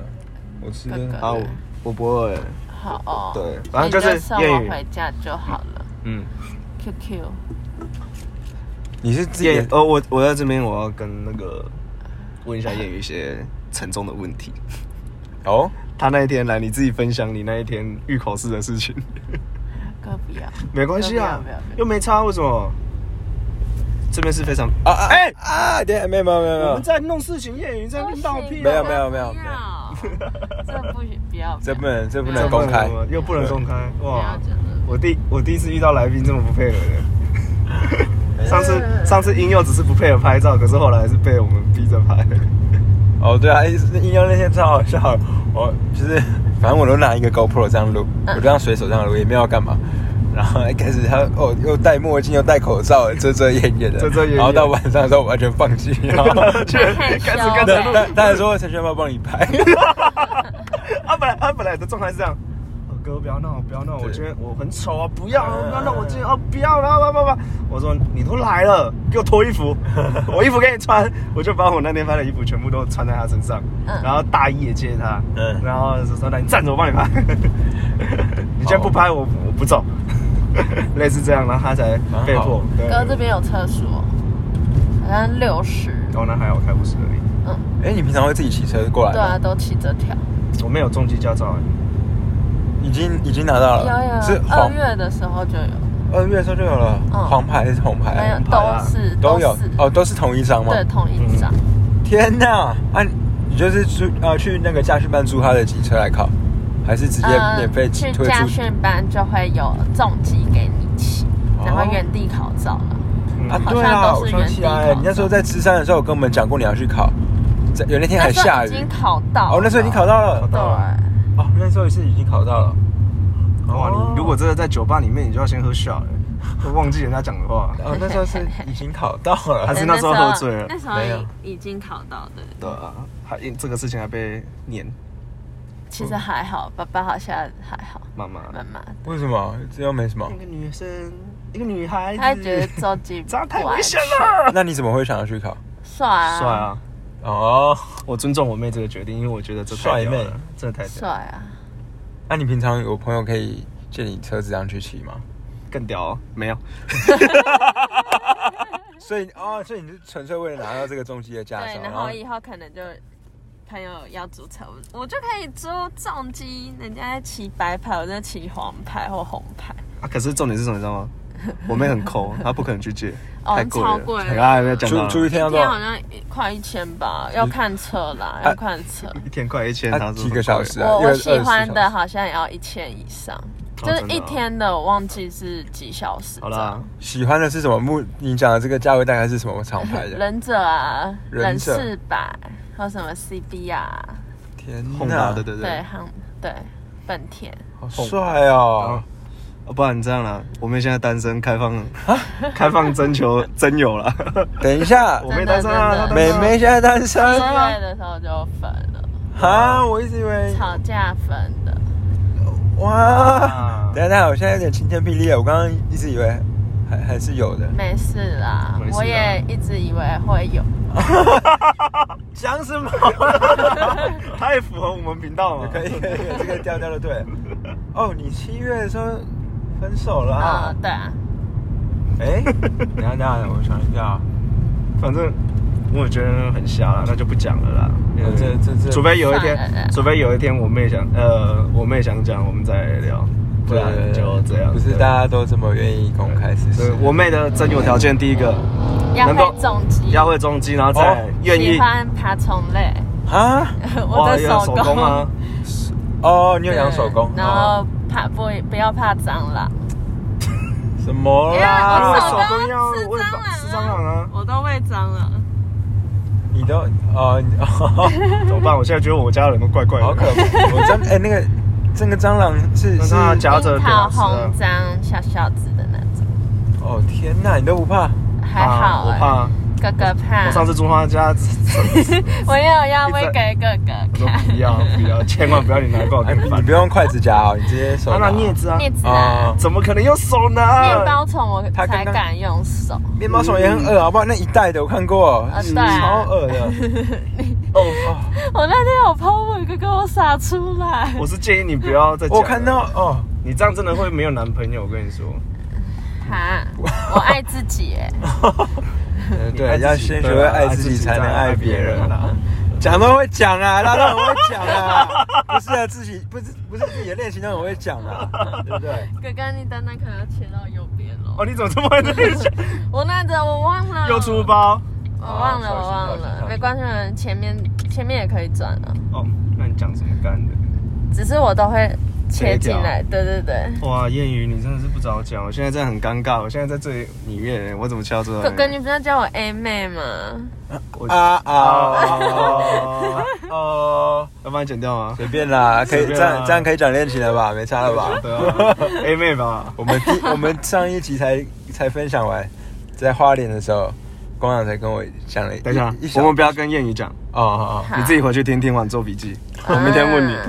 Speaker 1: 我吃的
Speaker 3: 哥哥
Speaker 2: 啊，我我不饿哎，
Speaker 3: 好哦，
Speaker 1: 对，
Speaker 2: 反正就是
Speaker 3: 你送
Speaker 2: 谚
Speaker 3: 我
Speaker 2: 语
Speaker 3: 回家就好了
Speaker 2: 嗯，
Speaker 3: ，QQ，
Speaker 1: 你是自己哦
Speaker 2: 谚呃，我我在这边我要跟那个问一下谚语一些沉重的问题。
Speaker 1: 哦，
Speaker 2: 他那一天来，你自己分享你那一天遇口试的事情，
Speaker 3: 哥不要，
Speaker 2: 没关系啊
Speaker 3: 不要不要不，要
Speaker 2: 又没差，为什么？这边是非常
Speaker 1: 啊啊
Speaker 2: 哎
Speaker 1: 啊！对，没有没有没有没
Speaker 2: 我
Speaker 1: 有
Speaker 2: 们，在弄事情，谚语在闹屁啊，
Speaker 1: 没有没有没有
Speaker 3: 不要，这不行，不要，
Speaker 1: 这不能这不
Speaker 3: 这
Speaker 1: 能公开，
Speaker 2: 又不能公开哇
Speaker 3: 不要真的！
Speaker 2: 我第我第一次遇到来宾这么不配合的， 上次上次英佑只是不配合拍照，可是后来是被我们逼着拍。
Speaker 1: 哦，对啊，哎应用那天超好笑，我就是反正我都拿一个 GoPro 这样录，我
Speaker 3: 嗯
Speaker 1: 就这样随手这样录，也没有要干嘛。然后一开始他哦又戴墨镜又戴口罩，遮遮掩掩的，
Speaker 2: 遮遮掩掩
Speaker 1: 然后到晚上的时候我完全放 弃，然后
Speaker 2: 去
Speaker 3: 害羞
Speaker 2: 开始跟着
Speaker 1: 他
Speaker 2: 录
Speaker 1: 他他还说陈轩要不要帮你 拍，
Speaker 2: 啊，本来他本来的状态是这样。哦哥，不要闹，不要闹！我今天我很丑啊，不要啊，
Speaker 1: 嗯
Speaker 2: 不要闹！我今天啊，不要啦，不要不要不要！我说你都来了，给我脱衣 服，我衣服给你穿。我就把我那天拍的衣服全部都穿在他身上，
Speaker 3: 嗯
Speaker 2: 然后大衣也借他，
Speaker 1: 嗯
Speaker 2: 然后就说那你站着，我帮你 拍。你今天不拍我，我不走。 类似这样，然后他才被
Speaker 1: 蛮好
Speaker 2: 迫。对
Speaker 3: 哥这边有车速哦，好像六十，
Speaker 2: 哦，那还好，开五十而已。
Speaker 3: 嗯，
Speaker 1: 哎，你平常会自己骑车过来
Speaker 3: 对啊，
Speaker 1: 吗？
Speaker 3: 都骑这条，
Speaker 2: 我没有重机驾照欸，
Speaker 1: 已经已经拿到
Speaker 3: 有
Speaker 1: 了，啊是
Speaker 3: 有，二
Speaker 1: 黄
Speaker 3: 月的时候就有，
Speaker 1: 二月的时候就有了，
Speaker 3: 嗯
Speaker 1: 黄牌还是红牌？
Speaker 3: 没有
Speaker 2: 红牌
Speaker 3: 都
Speaker 2: 啊
Speaker 3: 是
Speaker 1: 哎都有
Speaker 3: 是
Speaker 1: 哦，都是同一张吗？
Speaker 3: 对，同一张，
Speaker 1: 天呐！啊，你就是租呃去那个驾训班租他的机车来考，还是直接
Speaker 3: 呃
Speaker 1: 免费
Speaker 3: 去
Speaker 1: 推租？
Speaker 3: 驾训班就会有重机给你骑，然后
Speaker 1: 哦
Speaker 3: 原地考照了。
Speaker 2: 嗯
Speaker 1: 啊，
Speaker 3: 好像
Speaker 1: 对啊，
Speaker 3: 都
Speaker 1: 我
Speaker 3: 是
Speaker 1: 想起来
Speaker 3: 原地考
Speaker 1: 了，你那时候在芝山的时候有跟我们讲过你要去考，在有那天还
Speaker 3: 那时候
Speaker 1: 下
Speaker 3: 已
Speaker 1: 雨
Speaker 3: 经。考到了
Speaker 1: 哦，那时候已经考到了
Speaker 2: 考。到了
Speaker 3: 对，
Speaker 1: 哦，那时候也是已经考到了。
Speaker 2: 哇，
Speaker 1: 哦。
Speaker 2: 你如果真的在酒吧里面，你就要先喝 shot，欸都忘记人家讲的话
Speaker 1: 哦，那时候是已经考到了，
Speaker 2: 还 是那时候喝醉了
Speaker 3: 那时候
Speaker 1: 没有
Speaker 3: 已已经考到的，
Speaker 2: 对啊，还因这个事情还被念
Speaker 3: 其实还好，爸爸好像还好，
Speaker 2: 妈妈。
Speaker 3: 妈妈
Speaker 1: 为什么？这又没什么
Speaker 2: 那。个女生，一个女孩子，
Speaker 3: 他觉得周杰
Speaker 2: 哎 这样太
Speaker 3: 不安
Speaker 2: 危险了。
Speaker 1: 那你怎么会想要去考？
Speaker 3: 帅啊，
Speaker 2: 帅，啊！
Speaker 1: 哦，
Speaker 2: 我尊重我妹这个决定，因为我觉得这太
Speaker 1: 帅
Speaker 2: 屌
Speaker 1: 妹
Speaker 2: 了，真的太屌
Speaker 3: 帅
Speaker 2: 了，
Speaker 3: 啊，
Speaker 1: 那你平常有朋友可以借你车子这样去骑吗？
Speaker 2: 更屌哦！没有，
Speaker 1: 所以哦，所以你是纯粹为了拿到这个重机的驾
Speaker 3: 对
Speaker 1: 照，，
Speaker 3: 然后以后可能就。朋友要租车，我就可以租重机，人家在骑白牌，我在骑黄牌或红牌。
Speaker 2: 啊，可是重点是什么，你知道吗？ 我妹很抠，她不可能去借，
Speaker 3: 哦
Speaker 2: 太贵
Speaker 3: 超
Speaker 2: 了。
Speaker 3: 贵了
Speaker 2: 刚刚还没有讲
Speaker 1: 租
Speaker 2: 到，
Speaker 1: 租一天要
Speaker 3: 一
Speaker 1: 多
Speaker 3: 天好
Speaker 1: 少？
Speaker 3: 像一快一千吧，要看车啦，
Speaker 2: 哎
Speaker 3: 要看车。
Speaker 2: 一天快一千，
Speaker 1: 啊
Speaker 2: 她说
Speaker 1: 几个小时啊
Speaker 3: 我
Speaker 1: 一个
Speaker 3: 我喜欢
Speaker 1: 24小
Speaker 3: 的
Speaker 1: 时
Speaker 3: 好像也要一千以上，
Speaker 2: 哦
Speaker 3: 就是
Speaker 2: 真的
Speaker 3: 一
Speaker 2: 哦
Speaker 3: 天的我忘记是几小时。
Speaker 2: 好啦，，
Speaker 1: 喜欢的是什么？目你讲的这个价位大概是什么厂
Speaker 2: 哎
Speaker 1: 牌的？
Speaker 3: 忍者啊，
Speaker 1: 忍
Speaker 3: 忍
Speaker 1: 者
Speaker 3: 四百，还有什么 CB 啊，
Speaker 1: 天
Speaker 2: 轰
Speaker 1: 哪，
Speaker 2: 达啊的对不
Speaker 3: 对，
Speaker 2: 对？
Speaker 3: 航对本田，
Speaker 1: 好帅哦！
Speaker 2: 啊不然这样啦，我妹现在单身，开
Speaker 1: 啊
Speaker 2: 放开放征求真友 啦。
Speaker 1: 等一下
Speaker 2: 我，
Speaker 3: 真
Speaker 2: 妹
Speaker 3: 的
Speaker 2: 单身啊，她
Speaker 3: 真的
Speaker 2: 单
Speaker 1: 美
Speaker 2: 身啊
Speaker 1: 妹现在单身
Speaker 3: 失恋的时候就分了，
Speaker 1: 啊！我一直以
Speaker 2: 哎
Speaker 1: 为
Speaker 3: 吵架分的，
Speaker 1: 哇，等一下，等一下，我现在有点晴天霹雳了。我刚刚一直以为还还是有的，
Speaker 3: 没事啦
Speaker 2: 没事，啦
Speaker 3: 我也一直以为会有，
Speaker 1: 讲什么？
Speaker 2: 她也符合我们频道嘛？
Speaker 1: 可以可以，这个调调的 对。哦，你七月的时候分手了啊
Speaker 3: 啊，？对啊，
Speaker 1: 哎，等一下等一下，我想一下啊。
Speaker 2: 反正我也觉得很瞎了，那就不讲了啦。
Speaker 1: 呃这这这
Speaker 2: 除非有一天
Speaker 3: 算了啦，
Speaker 2: 除非有一天我妹想，呃，我妹想讲，我们再聊，不然就这样。
Speaker 1: 不是
Speaker 2: 对
Speaker 1: 大家都这么愿意公开事
Speaker 2: 对
Speaker 1: 实。
Speaker 2: 我妹的征友条件，第一个
Speaker 3: 要
Speaker 2: 能够
Speaker 3: 会重击，
Speaker 2: 要会中击，然后再
Speaker 1: 哦
Speaker 2: 愿意
Speaker 3: 喜欢爬虫类，
Speaker 1: 啊，
Speaker 3: 我的
Speaker 2: 要手工啊，
Speaker 1: 哦，你
Speaker 3: 对
Speaker 1: 有养手工，
Speaker 3: 然
Speaker 1: 哦
Speaker 3: 后怕不不要怕蟑螂，
Speaker 1: 什么
Speaker 3: 哎
Speaker 2: 因为
Speaker 1: 啦？
Speaker 2: 手
Speaker 1: 手
Speaker 2: 工要喂吧吃蟑螂啊
Speaker 3: 我都喂蟑螂，
Speaker 1: 你都哦，你哦
Speaker 2: 怎么办？我现在觉得我家人都怪怪的，
Speaker 1: 好可怕！我真哎，那个这个蟑螂是
Speaker 2: 那
Speaker 1: 是
Speaker 2: 它夹着
Speaker 3: 樱
Speaker 2: 给
Speaker 3: 桃
Speaker 2: 它吃
Speaker 3: 红
Speaker 2: 啊。
Speaker 3: 章小小只的那种，
Speaker 1: 哦，天哪，你都不怕？
Speaker 3: 还
Speaker 2: 啊
Speaker 3: 好
Speaker 2: 我怕
Speaker 3: 哎，
Speaker 2: 啊。
Speaker 3: 哥哥怕，
Speaker 2: 我上次住他家，
Speaker 3: 我也有要
Speaker 2: 一直
Speaker 3: 喂给哥
Speaker 2: 我
Speaker 3: 哥
Speaker 2: 说
Speaker 3: 看，
Speaker 2: 不要不要，千万不要你拿过来
Speaker 1: 哎
Speaker 2: 跟我
Speaker 1: 你不用筷子夹哦，你直接手
Speaker 2: 他
Speaker 1: 拿。
Speaker 2: 拿镊子啊，
Speaker 3: 镊子啊
Speaker 1: 哦，，
Speaker 2: 怎么可能用手呢？
Speaker 3: 面包虫我
Speaker 1: 他刚
Speaker 3: 才
Speaker 1: 刚
Speaker 3: 敢用手，
Speaker 1: 面包虫也很恶，好不好？那一袋的我看过，
Speaker 3: 啊
Speaker 1: 是
Speaker 3: 对啊
Speaker 1: 超恶 的。哦哦，
Speaker 3: 我那天有抛我哥哥我撒出来，
Speaker 2: 我是建议你不要再讲
Speaker 1: 我
Speaker 2: 了。
Speaker 1: 看到哦，
Speaker 2: 你这样真的会没有男朋友，我跟你说。
Speaker 3: 哈，我爱自己耶，
Speaker 1: 呃
Speaker 2: 你
Speaker 1: 对，
Speaker 2: 爱自己
Speaker 1: 要先学
Speaker 2: 对
Speaker 1: 会
Speaker 2: 啊
Speaker 1: 爱自己才能爱别人啊
Speaker 2: 爱自己才能爱别人啊
Speaker 1: 啦。讲都会讲啊，大家都很会讲啊， 不是啊，自己不是不是自己的练习都很会讲 啊，对不对？
Speaker 3: 哥哥你等等可能要切到右边
Speaker 2: 哦，
Speaker 3: 喽，
Speaker 2: 你怎么这么会 讲？
Speaker 3: 我那个我忘了，
Speaker 2: 又出包。
Speaker 3: 我忘了，
Speaker 1: 哦
Speaker 3: 我忘
Speaker 1: 小心小
Speaker 3: 了
Speaker 1: 心，
Speaker 3: 没关系，前面前面也可以转啊，
Speaker 2: 哦，那你讲什么干的？
Speaker 3: 只是我都会切进来，对对对。
Speaker 2: 哇，谚语你真的是不早讲，我现在真的很尴尬，我现在在这里里面，我怎么敲啊这？
Speaker 3: 哥哥，你不要叫我 A 妹吗？
Speaker 2: 我啊
Speaker 1: 啊啊
Speaker 2: 哦，
Speaker 1: 哦，
Speaker 2: 要帮你剪掉 吗？
Speaker 1: 随便啦，可以这
Speaker 2: 随便啦
Speaker 1: 样这样可以讲恋情了吧？没差了吧？
Speaker 2: 对 啊，A 妹吧。
Speaker 1: 我们第我们上一集才才分享完，在花莲的时候，光阳才跟我讲了一
Speaker 2: 等一下
Speaker 1: 一，小
Speaker 2: 我们不要跟谚语讲，
Speaker 1: 哦哦哦，
Speaker 3: 好
Speaker 2: 你自己回去听听完做笔记。 我明天问你
Speaker 3: 啊，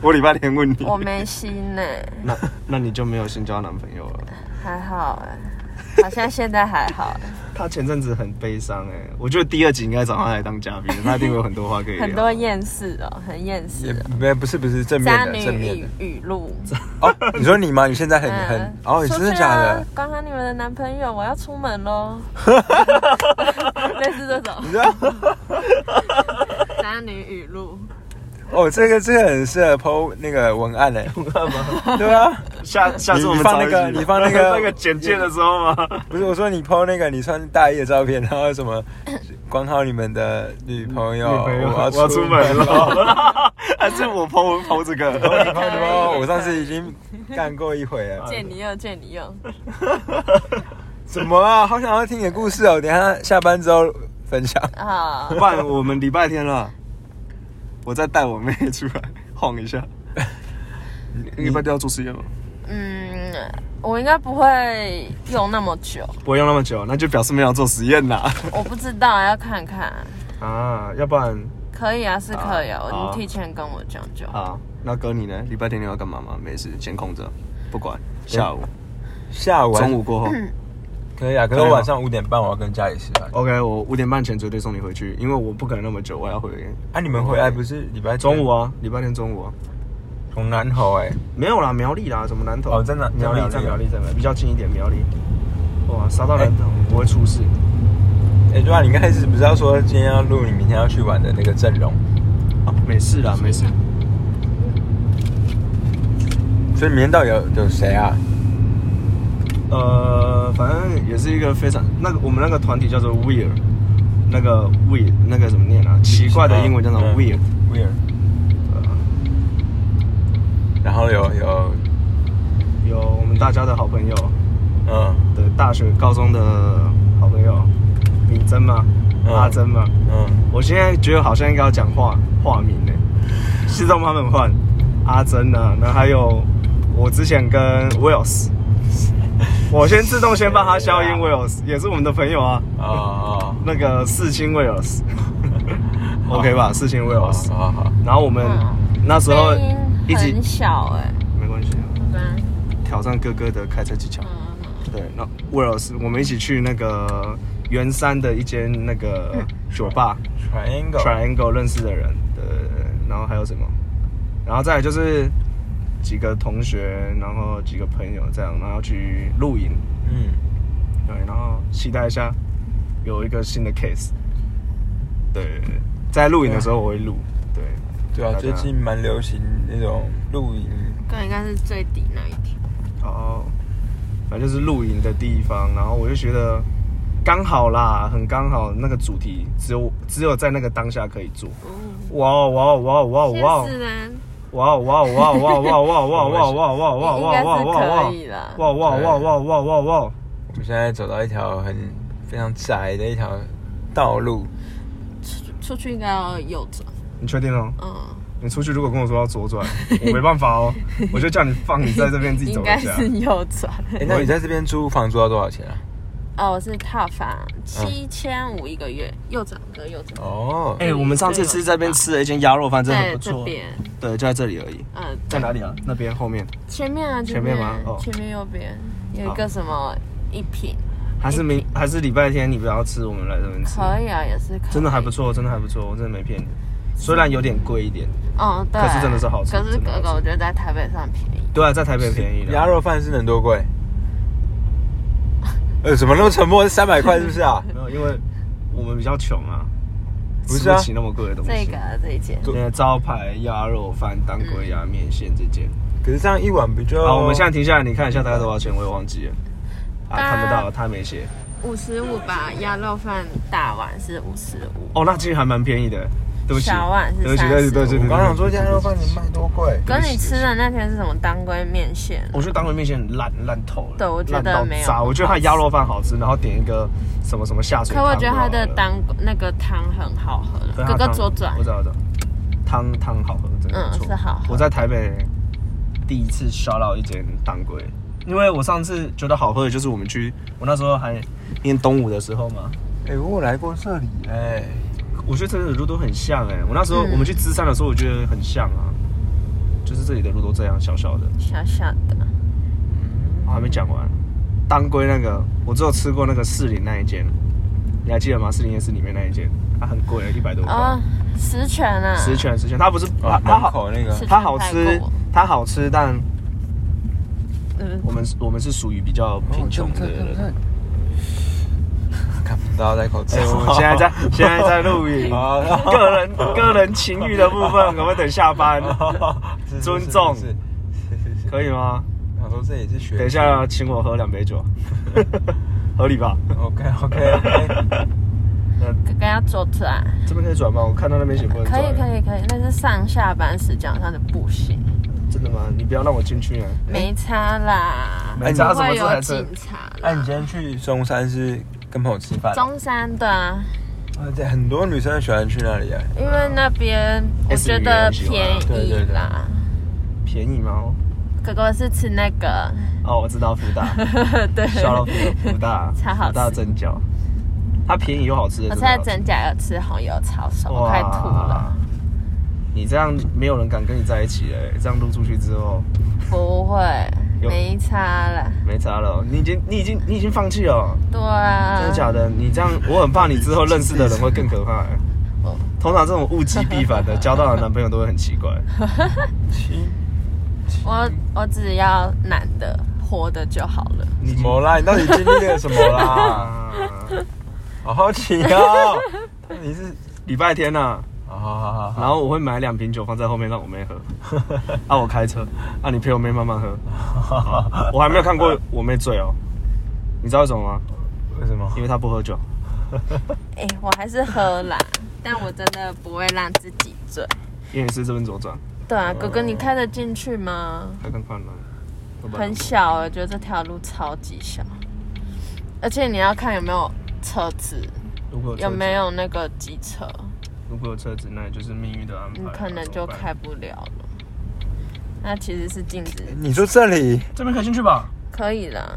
Speaker 3: 哦
Speaker 2: 我礼拜天问你。
Speaker 3: 我没心 呢、
Speaker 2: 那那你就没有新交男朋友 了。
Speaker 3: 还好哎、好像现在还好、
Speaker 2: 他前阵子很悲伤哎、我觉得第二集应该找他来当嘉宾，他一定会有很多话可以聊。
Speaker 3: 很多厌世哦，很厌世
Speaker 1: 也
Speaker 3: 哦。
Speaker 1: 没不是不是正
Speaker 3: 渣
Speaker 1: 面的
Speaker 3: 女
Speaker 1: 正面的
Speaker 3: 语语录，
Speaker 1: 哦，你说你吗？你现在很
Speaker 3: 嗯
Speaker 1: 很哦，你
Speaker 3: 出
Speaker 1: 真
Speaker 3: 去
Speaker 1: 的假的
Speaker 3: 啊？？刚刚你们的男朋友，我要出 门喽，类似这种
Speaker 1: 你知道
Speaker 3: 渣女语录。
Speaker 1: 哦，这个这个很适合 PO 那个文案嘞，对啊，
Speaker 2: 下下次我们
Speaker 1: 你放
Speaker 2: 找一
Speaker 1: 那个
Speaker 2: 集
Speaker 1: 你放那个
Speaker 2: 那个简介的时候吗？
Speaker 1: 不是我说你 PO 那个你穿大衣的照片，然后什 么光靠你们的女朋友，
Speaker 2: 女朋友
Speaker 1: 我要
Speaker 2: 我要出门 了，还是我剖剖这个？
Speaker 1: 你 PO 什么？我上次已经干过一回 了，
Speaker 3: 见你又见你又，
Speaker 1: 什么啊？好想要听你的故事哦，等一下下班之后分享。
Speaker 3: 啊，
Speaker 2: 不然我们礼拜天啊了，我再带我妹出来晃一 下。你礼拜天要做实验吗？
Speaker 3: 嗯，我应该不会用那么久，
Speaker 2: 不会用那么久，那就表示没有做实验啦。
Speaker 3: 我不知道，要看看。
Speaker 2: 啊，要不然
Speaker 3: 可以啊，是可以啊，
Speaker 2: 啊
Speaker 3: 你提前跟我讲就好。
Speaker 2: 啊，那哥你呢？礼拜天你要干嘛吗？没事，先空着，不管。下午、
Speaker 1: 下午
Speaker 2: 中午过后。
Speaker 1: 可以啊，可是
Speaker 2: 可以
Speaker 1: 我
Speaker 2: 吗
Speaker 1: 晚上五点半我要跟家里吃饭。
Speaker 2: OK，我五点半前绝对送你回去，因为我不可能那么久，我要回
Speaker 1: 啊，你们回来不是礼拜天
Speaker 2: 中午啊，礼拜天中午啊，
Speaker 1: 从南投哎，
Speaker 2: 没有啦，苗栗啦，什么南投？
Speaker 1: 哦在哪
Speaker 2: 苗栗，
Speaker 1: 在
Speaker 2: 在
Speaker 1: 苗
Speaker 2: 苗
Speaker 1: 栗
Speaker 2: 栗，在苗栗，比较近一点，苗栗。哇，杀到南投，我会出事。
Speaker 1: 哎对啊，你刚开始不是要说今天要录你明天要去玩的那个阵容，
Speaker 2: 啊，没事啦，没事。
Speaker 1: 所以明天到底有有谁啊？
Speaker 2: 呃，反正也是一个非常那个我们那个团体叫做 Weird，那个 Weird 那个怎么念啊？奇怪的英文叫做
Speaker 1: 嗯
Speaker 2: Weird，
Speaker 1: weird，
Speaker 2: 呃，
Speaker 1: 然后有有
Speaker 2: 有我们大家的好朋友
Speaker 1: 嗯
Speaker 2: 的大学、高中的好朋友，敏珍嘛，
Speaker 1: 嗯
Speaker 2: 阿珍嘛，
Speaker 1: 嗯
Speaker 2: 我现在觉得好像应该要讲化化名欸呢、是让他们换阿珍啊，然后还有我之前跟 Wills，我先自动先帮他消音
Speaker 1: 谁啊
Speaker 2: Wills，也是我们的朋友啊，
Speaker 1: 哦哦
Speaker 2: 那个四星 Wills，OK 吧，四星
Speaker 1: 哦，
Speaker 2: Wills，
Speaker 1: 好好好，
Speaker 2: 然后我们
Speaker 3: 嗯
Speaker 2: 那时候
Speaker 3: 声音
Speaker 2: 一起
Speaker 3: 很小哎、
Speaker 2: 没关系啊，
Speaker 3: 我刚刚
Speaker 2: 挑战哥哥的开车技巧。
Speaker 3: 嗯嗯
Speaker 2: 对，那威尔斯，我们一起去那个圆山的一间那个酒吧
Speaker 1: triangle
Speaker 2: Triangle 认识的人，对，然后还有什么？然后再来就是几个同学，然后几个朋友这样，然后去露营，
Speaker 1: 嗯，
Speaker 2: 对，然后期待一下有一个新的 case。对，在露营的时候我会录，对，
Speaker 1: 对啊，
Speaker 2: 大家
Speaker 1: 最近蛮流行那种露营，
Speaker 3: 刚刚应该是最底那一天，
Speaker 2: 哦，反正就是露营的地方，然后我就觉得刚好啦，很刚好，那个主题只有只有在那个当下可以做。
Speaker 3: 哦，
Speaker 2: 哇哦哇哦哇哦哇哦哇哦
Speaker 3: 现实呢
Speaker 2: 哇哦哇哦哇哦哇哦哇哦哇哦哇哦哇哦哇哦哇哦哇哦哇哦哇哦哇哦
Speaker 3: 应该是可以啦
Speaker 2: 哇哦哇哦哇哦哇哦哇哦哇哦哇哦！
Speaker 1: 我们现在走到一条很非常窄的一条道路，
Speaker 3: 出出去应该要右转，
Speaker 2: 你确定哦？
Speaker 3: 嗯，
Speaker 2: 你出去如果跟我说要左转，我没办法哦，我就叫你放你在这边自己走
Speaker 3: 应
Speaker 2: 一
Speaker 3: 该
Speaker 2: 下
Speaker 3: 是。右 转。
Speaker 1: 哎，那你在这边租房租要多少钱啊？
Speaker 3: 哦，我是套房，七千五一个月，右转哥右转，
Speaker 1: 哦，
Speaker 2: 哎，我们上次吃这边吃了一间鸭肉饭，真的很
Speaker 3: 在
Speaker 2: 不
Speaker 3: 这
Speaker 2: 错。
Speaker 3: 边，
Speaker 2: 对，就在这里而已。
Speaker 3: 嗯，
Speaker 2: 在哪里啊？那边后面
Speaker 3: 前面啊，
Speaker 2: 前面吗哦
Speaker 3: 前面右边有一个什么一品，
Speaker 2: 还是明还是礼拜天你不要吃，我们来这边吃。
Speaker 3: 哎可以啊，也是可以，
Speaker 2: 真的还不错，真的还不错，我真的没骗你。虽然有点贵一点，
Speaker 3: 嗯，对，
Speaker 2: 可是真的是好吃
Speaker 3: 可是
Speaker 2: 真的好吃
Speaker 3: 哥哥，我觉得在台北算便宜，
Speaker 2: 对啊，在台北便宜的。
Speaker 1: 鸭肉饭是能多贵？ 呃，怎么那么沉默？是三百块是不是 啊？
Speaker 2: 没有，因为我们比较穷啊，
Speaker 1: 不是
Speaker 2: 吃
Speaker 1: 啊
Speaker 2: 不起那么贵的东西。
Speaker 3: 这个这一间，
Speaker 2: 现在招牌鸭肉饭、当归鸭面线这间。
Speaker 1: 可是这样一碗不就……
Speaker 2: 好，我们现在停下来，你看一下大概多少钱，我也忘记了。啊，
Speaker 3: 大
Speaker 2: 看不到，他没写。
Speaker 3: 五十五吧，鸭肉饭大碗是五十五，
Speaker 2: 哦，那其实还蛮便宜的。对不起，
Speaker 3: 小碗是
Speaker 2: 对不起，
Speaker 3: 35
Speaker 2: 对不起，对不起。
Speaker 1: 我刚想说
Speaker 2: 对
Speaker 1: 鸭
Speaker 2: 不起
Speaker 1: 肉饭能卖多贵？
Speaker 3: 哥你吃的那天是什么当归面线？
Speaker 2: 我觉得当归面线很烂烂透了，
Speaker 3: 对我觉得
Speaker 2: 烂到
Speaker 3: 没有
Speaker 2: 炸。我觉得它鸭肉饭好吃，然后点一个什么什么下水
Speaker 3: 可
Speaker 2: 汤就好了。
Speaker 3: 我觉得它的当那个汤很好喝，
Speaker 2: 对它
Speaker 3: 哥哥
Speaker 2: 汤
Speaker 3: 左转
Speaker 2: 我，知道，我知道，汤汤好喝，真的
Speaker 3: 嗯
Speaker 2: 不错，
Speaker 3: 是好喝
Speaker 2: 我在台北第一次刷到一间当归，因为我上次觉得好喝的就是我们去，我那时候还念东吴的时候嘛，
Speaker 1: 哎、我来过这里哎、
Speaker 2: 我觉得这里的路都很像哎、我那时候、
Speaker 3: 嗯
Speaker 2: 我们去芝山的时候，我觉得很像啊，就是这里的路都这样小小的。
Speaker 3: 小小的，
Speaker 1: 嗯
Speaker 2: 我还没讲完，当归那个我只有吃过那个士林那一间，你还记得吗？士林夜市里面那一间，它很贵，一百多块。
Speaker 3: 哦，十全啊，
Speaker 2: 十全十全，它不是它
Speaker 1: 哦，
Speaker 2: 它
Speaker 1: 门
Speaker 2: 好
Speaker 1: 口那个
Speaker 3: 是
Speaker 2: 它好吃，它好吃，但
Speaker 3: 嗯，
Speaker 2: 我们我们是属于比
Speaker 1: 哦
Speaker 2: 较贫穷的人。
Speaker 1: 看不到在口罩。
Speaker 2: 哎，我们 现在在现在在录影，
Speaker 1: 好
Speaker 2: 个人个人情欲的部分，我们等下班，
Speaker 1: 是是
Speaker 2: 尊 重
Speaker 1: 是是是是。
Speaker 2: 可以吗？
Speaker 1: 我说这也哦是学。
Speaker 2: 等一下请我喝两杯酒， 合理吧？
Speaker 1: OK OK OK。
Speaker 3: 哥哥要左转，
Speaker 2: 这边可以转吗？我看到那边写不能
Speaker 3: 可
Speaker 2: 转。
Speaker 3: 以可以可以，但是上下班时间好像就不行，
Speaker 2: 真的吗？你不要让我进去
Speaker 1: 哎
Speaker 2: 啊！
Speaker 3: 没差啦，
Speaker 2: 没
Speaker 1: 差
Speaker 3: 不
Speaker 2: 什么
Speaker 3: 会
Speaker 2: 这台
Speaker 3: 有
Speaker 2: 车
Speaker 3: 警察
Speaker 1: 那、你
Speaker 3: 啦。
Speaker 1: 今天去中山是跟朋友吃饭？
Speaker 3: 中山的啊，
Speaker 1: 啊对，很多女生都喜欢去那里哎、
Speaker 3: 因为那边我觉
Speaker 2: SUV
Speaker 3: 得
Speaker 2: 很喜欢
Speaker 3: 便
Speaker 2: 啊
Speaker 1: 对对
Speaker 3: 宜
Speaker 1: 对
Speaker 3: 啦。
Speaker 2: 便宜吗？
Speaker 3: 哥哥是吃那个，
Speaker 2: 哦，我知道福大，
Speaker 3: 对，
Speaker 2: 小老福福大，
Speaker 3: 超好吃
Speaker 2: 福大蒸饺，它便宜又好吃的。
Speaker 3: 我
Speaker 2: 真的好
Speaker 3: 在
Speaker 2: 吃
Speaker 3: 整甲有吃红油抄手，我快吐了。！
Speaker 2: 你这样没有人敢跟你在一起了，欸这样录出去之后
Speaker 3: 不会，
Speaker 2: 有
Speaker 3: 没差啦。
Speaker 2: 没差了，你已经你已经你已经放弃了，
Speaker 3: 对啊，
Speaker 2: 真的假的？你这样我很怕你之后认识的人会更可怕。哎
Speaker 3: 我
Speaker 2: 通常这种物极必反的，交到的男朋友都会很奇 怪。
Speaker 1: 亲，
Speaker 3: 我我只要男的活的就好了。
Speaker 1: 你怎么啦？你到底经历了什么 啦？
Speaker 2: 啊，
Speaker 1: 好好奇哦。到底是？
Speaker 2: 礼拜天呐、啊，
Speaker 1: 好好好好好。
Speaker 2: 然后我会买两瓶酒放在后面让我妹喝， 啊我开车，啊你陪我妹慢慢喝。我还没有看过我妹醉哦，你知道为什么吗？
Speaker 1: 为什么？
Speaker 2: 因为他不喝酒。
Speaker 3: 哎、我还是喝 啦，但我真的不会让自己醉。
Speaker 2: 因为你是这边左转，
Speaker 3: 对啊，
Speaker 2: 嗯
Speaker 3: 哥哥，你开得进去吗？
Speaker 2: 他更困难。怎么办
Speaker 3: 很小，我觉得这条路超级小，而且你要看有没有车子，
Speaker 2: 如果
Speaker 3: 有
Speaker 2: 车子
Speaker 3: 没？有那个机车，
Speaker 2: 如果有车子，那也就是命运的安排
Speaker 3: 你
Speaker 2: 啊。
Speaker 3: 可能就
Speaker 2: 怎么办
Speaker 3: 开。不了了。那其实是禁止，
Speaker 1: 你说这里
Speaker 2: 这边可以进去吧？
Speaker 3: 可以啦。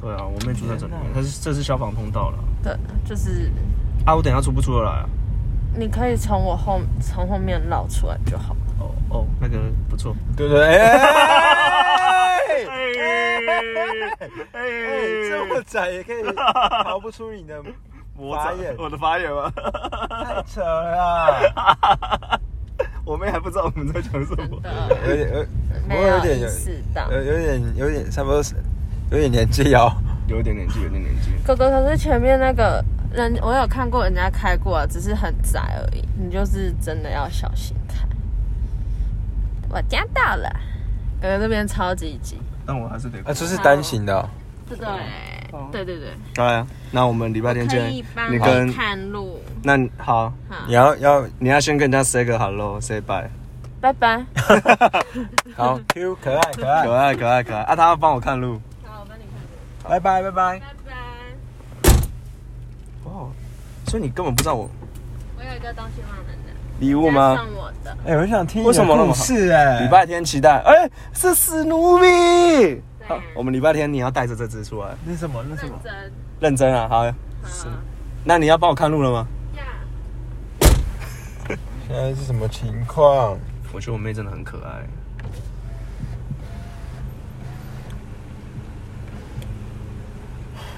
Speaker 2: 对啊，我妹住在这里面
Speaker 1: 天，哪
Speaker 2: 但是这是消防通道了。
Speaker 3: 对，就是
Speaker 2: 啊，我等一下出不出得来啊？
Speaker 3: 你可以从我后从后面绕出来就好。
Speaker 2: 哦哦，那个不错。
Speaker 1: 对不对？哎、
Speaker 2: 哎，
Speaker 1: 哎这么窄也可 以逃不出你的，
Speaker 2: 我
Speaker 1: 法眼
Speaker 2: 哎我的法眼吗？
Speaker 1: 太扯了。
Speaker 2: 我妹还不知道我们在讲什么
Speaker 3: 真。的
Speaker 1: 有点，有
Speaker 3: 没
Speaker 1: 我有
Speaker 3: 有
Speaker 1: 点
Speaker 3: 意
Speaker 1: 有呃
Speaker 3: 识到。
Speaker 1: 有有点有点差不多是有点年纪哦。
Speaker 2: 有点年纪，有点年纪。
Speaker 3: 哥哥，可是前面那个人，我有看过人家开过啊，只是很窄而已。你就是真的要小心开。我家到了，哥哥这边超级挤。
Speaker 2: 但我还是得
Speaker 1: 啊，这是单行的、哦，
Speaker 3: 对
Speaker 2: 哦
Speaker 3: 对对对，
Speaker 2: 当然，那我们礼拜
Speaker 3: 我
Speaker 2: 天
Speaker 3: 可
Speaker 2: 见
Speaker 3: 以。帮
Speaker 2: 你
Speaker 3: 你
Speaker 2: 跟
Speaker 3: 看路。
Speaker 2: 那你好，
Speaker 3: 好
Speaker 1: 你，要要
Speaker 2: 你要先跟人家 say 个 hello，say bye。
Speaker 3: 拜拜。
Speaker 1: 好 Q 可爱嗯可爱
Speaker 2: 可，爱可爱可爱啊！他要帮我看路。
Speaker 3: 好，我帮你看路。
Speaker 1: 拜拜拜拜。
Speaker 3: 拜拜。
Speaker 2: 哇，哦所以你根本不知道我
Speaker 3: 我有一个东西忘了拿，
Speaker 2: 礼物
Speaker 3: 加
Speaker 2: 吗？
Speaker 3: 上我的。
Speaker 1: 哎、我想听
Speaker 2: 为什么那么好
Speaker 1: 是哎、
Speaker 2: 礼拜天期待。哎，是史努比。
Speaker 3: 对
Speaker 2: 好，我们礼拜天你要带着这只出来，
Speaker 1: 那什么那什
Speaker 3: 认
Speaker 1: 么？
Speaker 3: 真。
Speaker 2: 认真啊！好，
Speaker 3: 好。
Speaker 2: 那你要帮我看路了吗？
Speaker 3: 呀。
Speaker 1: 现在是什么情况？
Speaker 2: 我觉得我妹真的很可爱。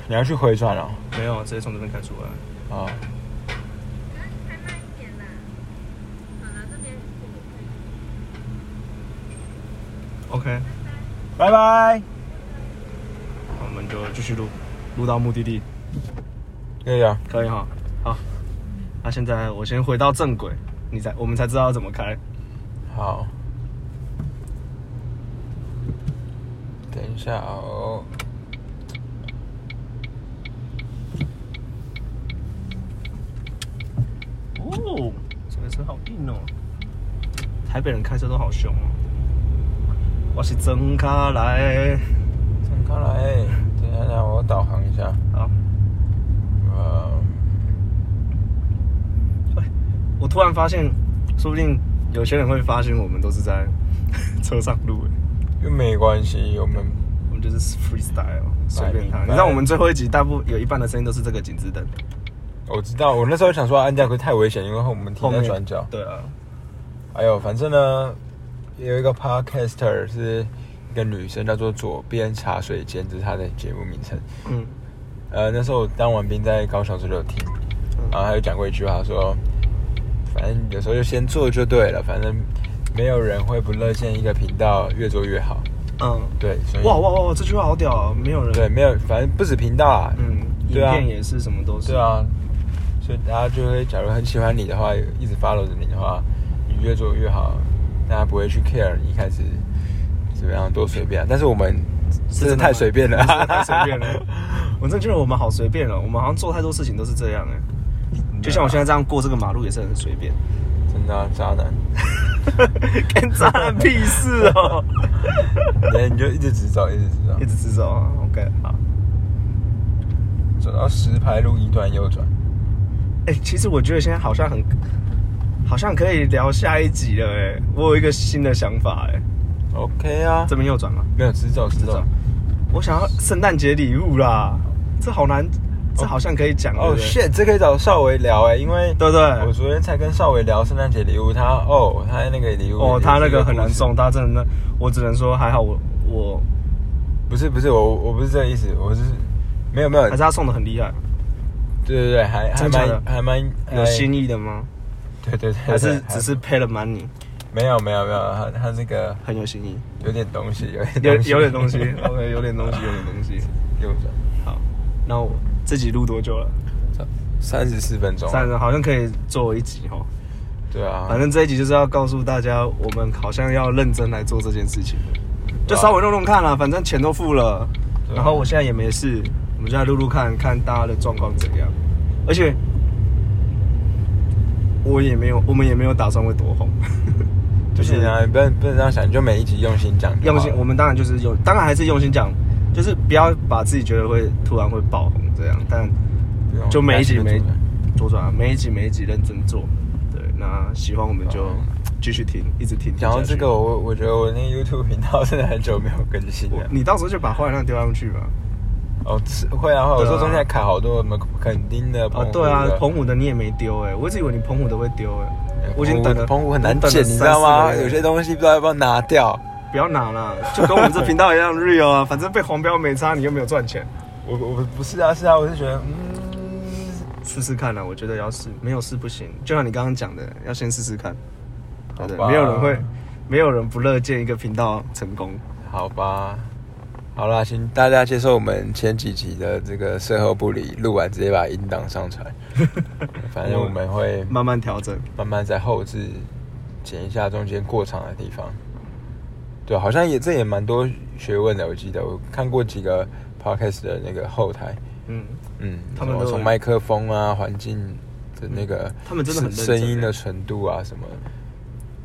Speaker 1: 你要去回转了、
Speaker 2: 没有，啊直接从这边开出来。
Speaker 1: 哦？啊，
Speaker 3: 开慢一点啦。好了，这边是我可以。
Speaker 2: OK，
Speaker 1: 拜拜。
Speaker 2: 我们就继续录，录到目的地，
Speaker 1: 可以啊，
Speaker 2: 可以哈。好，那、现在我先回到正轨，你才我们才知道要怎么开。
Speaker 1: 好。等一下哦。
Speaker 2: 哦，这个车好硬哦。台北人开车都好凶哦。我是真卡来，
Speaker 1: 张开来，等一下，等一下，我导航一下。
Speaker 2: 好，
Speaker 1: 呃，
Speaker 2: 我突然发现，说不定有些人会发现我们都是在车上录的，
Speaker 1: 又没关系，我们
Speaker 2: 我们就是 freestyle，随哦便他。
Speaker 1: 明白
Speaker 2: 你知道我们最后一集大部有一半的声音都是这个紧致灯，
Speaker 1: 我知道，我那时候想说按这样会太危险，因为我们
Speaker 2: 后
Speaker 1: 停在
Speaker 2: 面
Speaker 1: 转角。
Speaker 2: 对啊，
Speaker 1: 还有，哎反正呢，有一个 podcaster 是一个女生，叫做左边茶水间，这是她的节目名称。
Speaker 2: 嗯，
Speaker 1: 呃，那时候我当完兵在高雄的时候就有听，然后她就讲过一句话说，反正有时候就先做就对了，反正没有人会不乐见一个频道越做越好。
Speaker 2: 嗯。
Speaker 1: 对，所以
Speaker 2: 哇哇哇哇！这句话好屌啊，没有人
Speaker 1: 对，没有，反正不止频道啊，
Speaker 2: 嗯，影
Speaker 1: 对啊
Speaker 2: 片也是什么都是
Speaker 1: 对，啊，所以大家就会，假如很喜欢你的话，一直 follow 着你的话，你越做越好，大家不会去 care 你一开始怎么样多随便啊、但是我们真的太随便了，
Speaker 2: 真的太随便了。我真的觉得我们好随便哦，我们好像做太多事情都是这样哎、
Speaker 1: 啊
Speaker 2: 就像我现在这样过这个马路也是很随 便，
Speaker 1: 真的啊、渣男，
Speaker 2: 跟渣男屁事 哦，
Speaker 1: 对，你就一直直走，一直直走
Speaker 2: 一，直自走啊。OK，好。
Speaker 1: 走到石牌路一段右转。
Speaker 2: 哎、其实我觉得现在好像很，好像可以聊下一集了哎、我有一个新的想法哎、
Speaker 1: OK 啊
Speaker 2: 这，边右转吗？
Speaker 1: 没有直走，直
Speaker 2: 直
Speaker 1: 走
Speaker 2: 走。。我想要圣诞节礼物啦，这好难，这好像可以讲
Speaker 1: 哦、
Speaker 2: 对不对
Speaker 1: shit，这可以找邵维聊哎、因为
Speaker 2: 对不对？
Speaker 1: 我昨天才跟邵维聊圣诞节礼物，他哦，他那个礼物
Speaker 2: 哦，他那个很难
Speaker 1: 送。
Speaker 2: 送，他真的，我只能说还好我，我
Speaker 1: 不是不是，我我不是这个意思，我是没有没有，
Speaker 2: 还是他送的很厉害，
Speaker 1: 对对对，还还
Speaker 2: 真假的
Speaker 1: 蛮还蛮
Speaker 2: 有心
Speaker 1: 意，
Speaker 2: 意的吗？
Speaker 1: 对对对，
Speaker 2: 哎 还是
Speaker 1: 对
Speaker 2: 只是 pay 了 money
Speaker 1: 没有没有没有，他他这个
Speaker 2: 很有心意？
Speaker 1: 有点东西，有点
Speaker 2: 有
Speaker 1: 东西
Speaker 2: 有点东 西 ，OK，有点东西，有点东 西。
Speaker 1: 右转，
Speaker 2: 好，那我自己录多久了？
Speaker 1: 三十四分钟，
Speaker 2: 三人好像可以做一集哦。
Speaker 1: 对啊，
Speaker 2: 反正这一集就是要告诉大家，我们好像要认真来啊做这件事情了，就稍微弄弄看啦，反正钱都付了，
Speaker 1: 对啊
Speaker 2: 然后我现在也没事，我们就来录录看看大家的状况怎样。而且我也没有，我们也没有打算会多红，
Speaker 1: 不行啊，不能不能这样想，你就每一集用心讲就好
Speaker 2: 用
Speaker 1: 了。
Speaker 2: 心，我们当然就是用，当然还是用心讲，就是不要把自己觉得会突然会爆红这样，但
Speaker 1: 不用
Speaker 2: 就每一集
Speaker 1: 担心
Speaker 2: 每
Speaker 1: 就做了
Speaker 2: 左转啊，每一集每一集认真做。对，那喜欢我们就
Speaker 1: 好
Speaker 2: 继续听，一直听。
Speaker 1: 讲到
Speaker 2: 听下
Speaker 1: 这
Speaker 2: 去
Speaker 1: 个，我我觉得我那个 YouTube 频道真的很久没有更新
Speaker 2: 我
Speaker 1: 了。
Speaker 2: 你到时候就把坏蛋丢上去吧。
Speaker 1: 哦，是会啊会啊，我
Speaker 2: 对
Speaker 1: 说
Speaker 2: 啊
Speaker 1: 中间还卡好多我们垦丁的澎
Speaker 2: 哦
Speaker 1: 湖，的
Speaker 2: 对啊，澎湖的你也没丢哎、我一直以为你澎湖的会丢哎、
Speaker 1: 哎
Speaker 2: 我已经等了，
Speaker 1: 澎湖很难
Speaker 2: 我等
Speaker 1: 剪，
Speaker 2: 了
Speaker 1: 你知道吗？
Speaker 2: 三四个月
Speaker 1: 有些东西不知道要不要拿掉。
Speaker 2: 不要拿了，就跟我们这频道一样 real 啊，反正被黄标没差，你又没有赚钱，
Speaker 1: 我我不是啊是啊，我是觉得嗯，
Speaker 2: 试试看啦。啊我觉得要试，没有试不行。就像你刚刚讲的，要先试试看。对不
Speaker 1: 好
Speaker 2: 对，
Speaker 1: 吧
Speaker 2: 没有人会，没有人不乐见一个频道成功。
Speaker 1: 好吧，好啦，请大家接受我们前几集的这个售后不理，录完直接把音档上 传。反正我们会
Speaker 2: 慢慢调整，
Speaker 1: 慢慢在后置剪一下中间过场的地方。对，好像也这也蛮多学问的，我记得我看过几个 podcast 的那个后台，
Speaker 2: 嗯，
Speaker 1: 嗯，
Speaker 2: 他们
Speaker 1: 什么
Speaker 2: 都有
Speaker 1: 从麦克风啊、环境的那个，
Speaker 2: 他们真的很认真欸
Speaker 1: 声音的纯度啊什么的。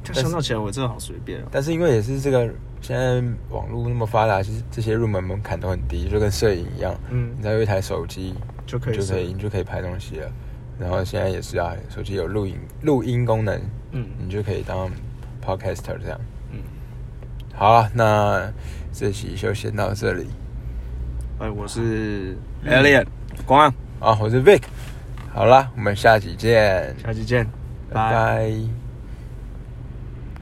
Speaker 2: 就相较起来，我真的好随便哦。
Speaker 1: 但是因为也是这个现在网络那么发达，其实这些入门门槛都很低，就跟摄影一样，
Speaker 2: 嗯
Speaker 1: 你只要有一台手机
Speaker 2: 就可以
Speaker 1: 就可以你
Speaker 2: 摄
Speaker 1: 就可以拍东西了。然后现在也是啊，手机有录影录音功能，
Speaker 2: 嗯
Speaker 1: 你就可以当 podcaster 这样。
Speaker 2: 嗯，
Speaker 1: 好啊，那这期就先到这里
Speaker 2: 哎，我是
Speaker 1: 嗯
Speaker 2: Alien 光阳，
Speaker 1: 啊，我是 Vic，好啦，我们下期见，
Speaker 2: 下期见，
Speaker 1: 拜拜